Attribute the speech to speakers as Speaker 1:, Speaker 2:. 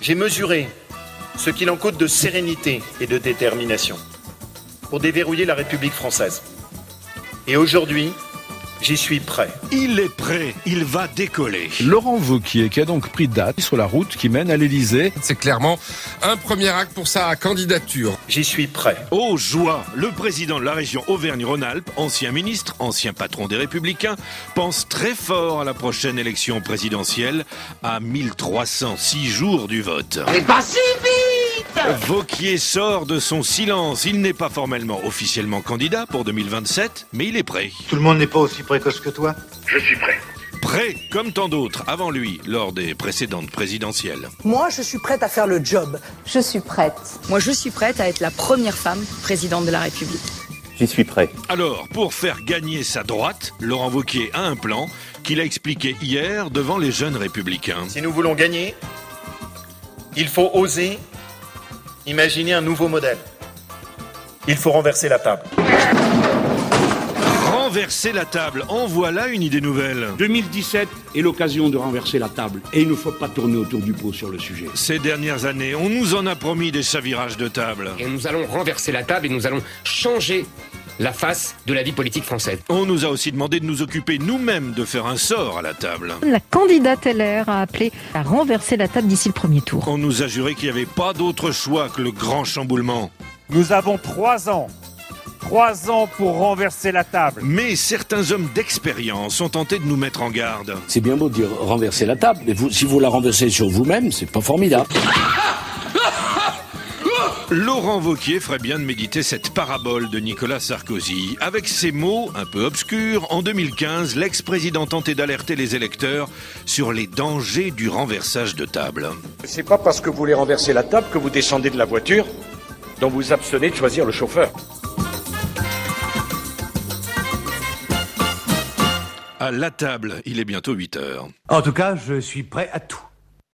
Speaker 1: J'ai mesuré ce qu'il en coûte de sérénité et de détermination pour déverrouiller la République française. Et aujourd'hui, j'y suis prêt.
Speaker 2: Il est prêt, il va décoller.
Speaker 3: Laurent Vauquier, qui a donc pris date sur la route qui mène à l'Elysée.
Speaker 4: C'est clairement un premier acte pour sa candidature.
Speaker 1: J'y suis prêt.
Speaker 2: Aux Oh, joie, le président de la région Auvergne-Rhône-Alpes, ancien ministre, ancien patron des Républicains, pense très fort à la prochaine élection présidentielle à 1306 jours du vote.
Speaker 5: Mais pas si vite
Speaker 2: Vauquier sort de son silence. Il n'est pas formellement officiellement candidat pour 2027, mais il est prêt.
Speaker 6: Tout le monde n'est pas aussi précoce que toi
Speaker 7: Je suis prêt.
Speaker 2: Prêt, comme tant d'autres avant lui, lors des précédentes présidentielles.
Speaker 8: Moi, je suis prête à faire le job.
Speaker 9: Je suis prête.
Speaker 10: Moi, je suis prête à être la première femme présidente de la République.
Speaker 11: J'y suis prêt.
Speaker 2: Alors, pour faire gagner sa droite, Laurent Wauquiez a un plan qu'il a expliqué hier devant les jeunes républicains.
Speaker 1: Si nous voulons gagner, il faut oser imaginer un nouveau modèle. Il faut renverser la table.
Speaker 2: Renverser la table, en voilà une idée nouvelle.
Speaker 12: 2017 est l'occasion de renverser la table et il ne faut pas tourner autour du pot sur le sujet.
Speaker 2: Ces dernières années, on nous en a promis des savirages de table.
Speaker 13: Et nous allons renverser la table et nous allons changer la face de la vie politique française.
Speaker 2: On nous a aussi demandé de nous occuper nous-mêmes de faire un sort à la table.
Speaker 14: La candidate LR a appelé à renverser la table d'ici le premier tour.
Speaker 2: On nous a juré qu'il n'y avait pas d'autre choix que le grand chamboulement.
Speaker 15: Nous avons trois ans Trois ans pour renverser la table.
Speaker 2: Mais certains hommes d'expérience ont tenté de nous mettre en garde.
Speaker 16: C'est bien beau de dire renverser la table, mais vous, si vous la renversez sur vous-même, c'est pas formidable.
Speaker 2: Laurent Vauquier ferait bien de méditer cette parabole de Nicolas Sarkozy. Avec ces mots un peu obscurs, en 2015, l'ex-président tentait d'alerter les électeurs sur les dangers du renversage de table.
Speaker 17: C'est pas parce que vous voulez renverser la table que vous descendez de la voiture, dont vous abstenez de choisir le chauffeur.
Speaker 2: À la table, il est bientôt 8 heures.
Speaker 18: En tout cas, je suis prêt à tout.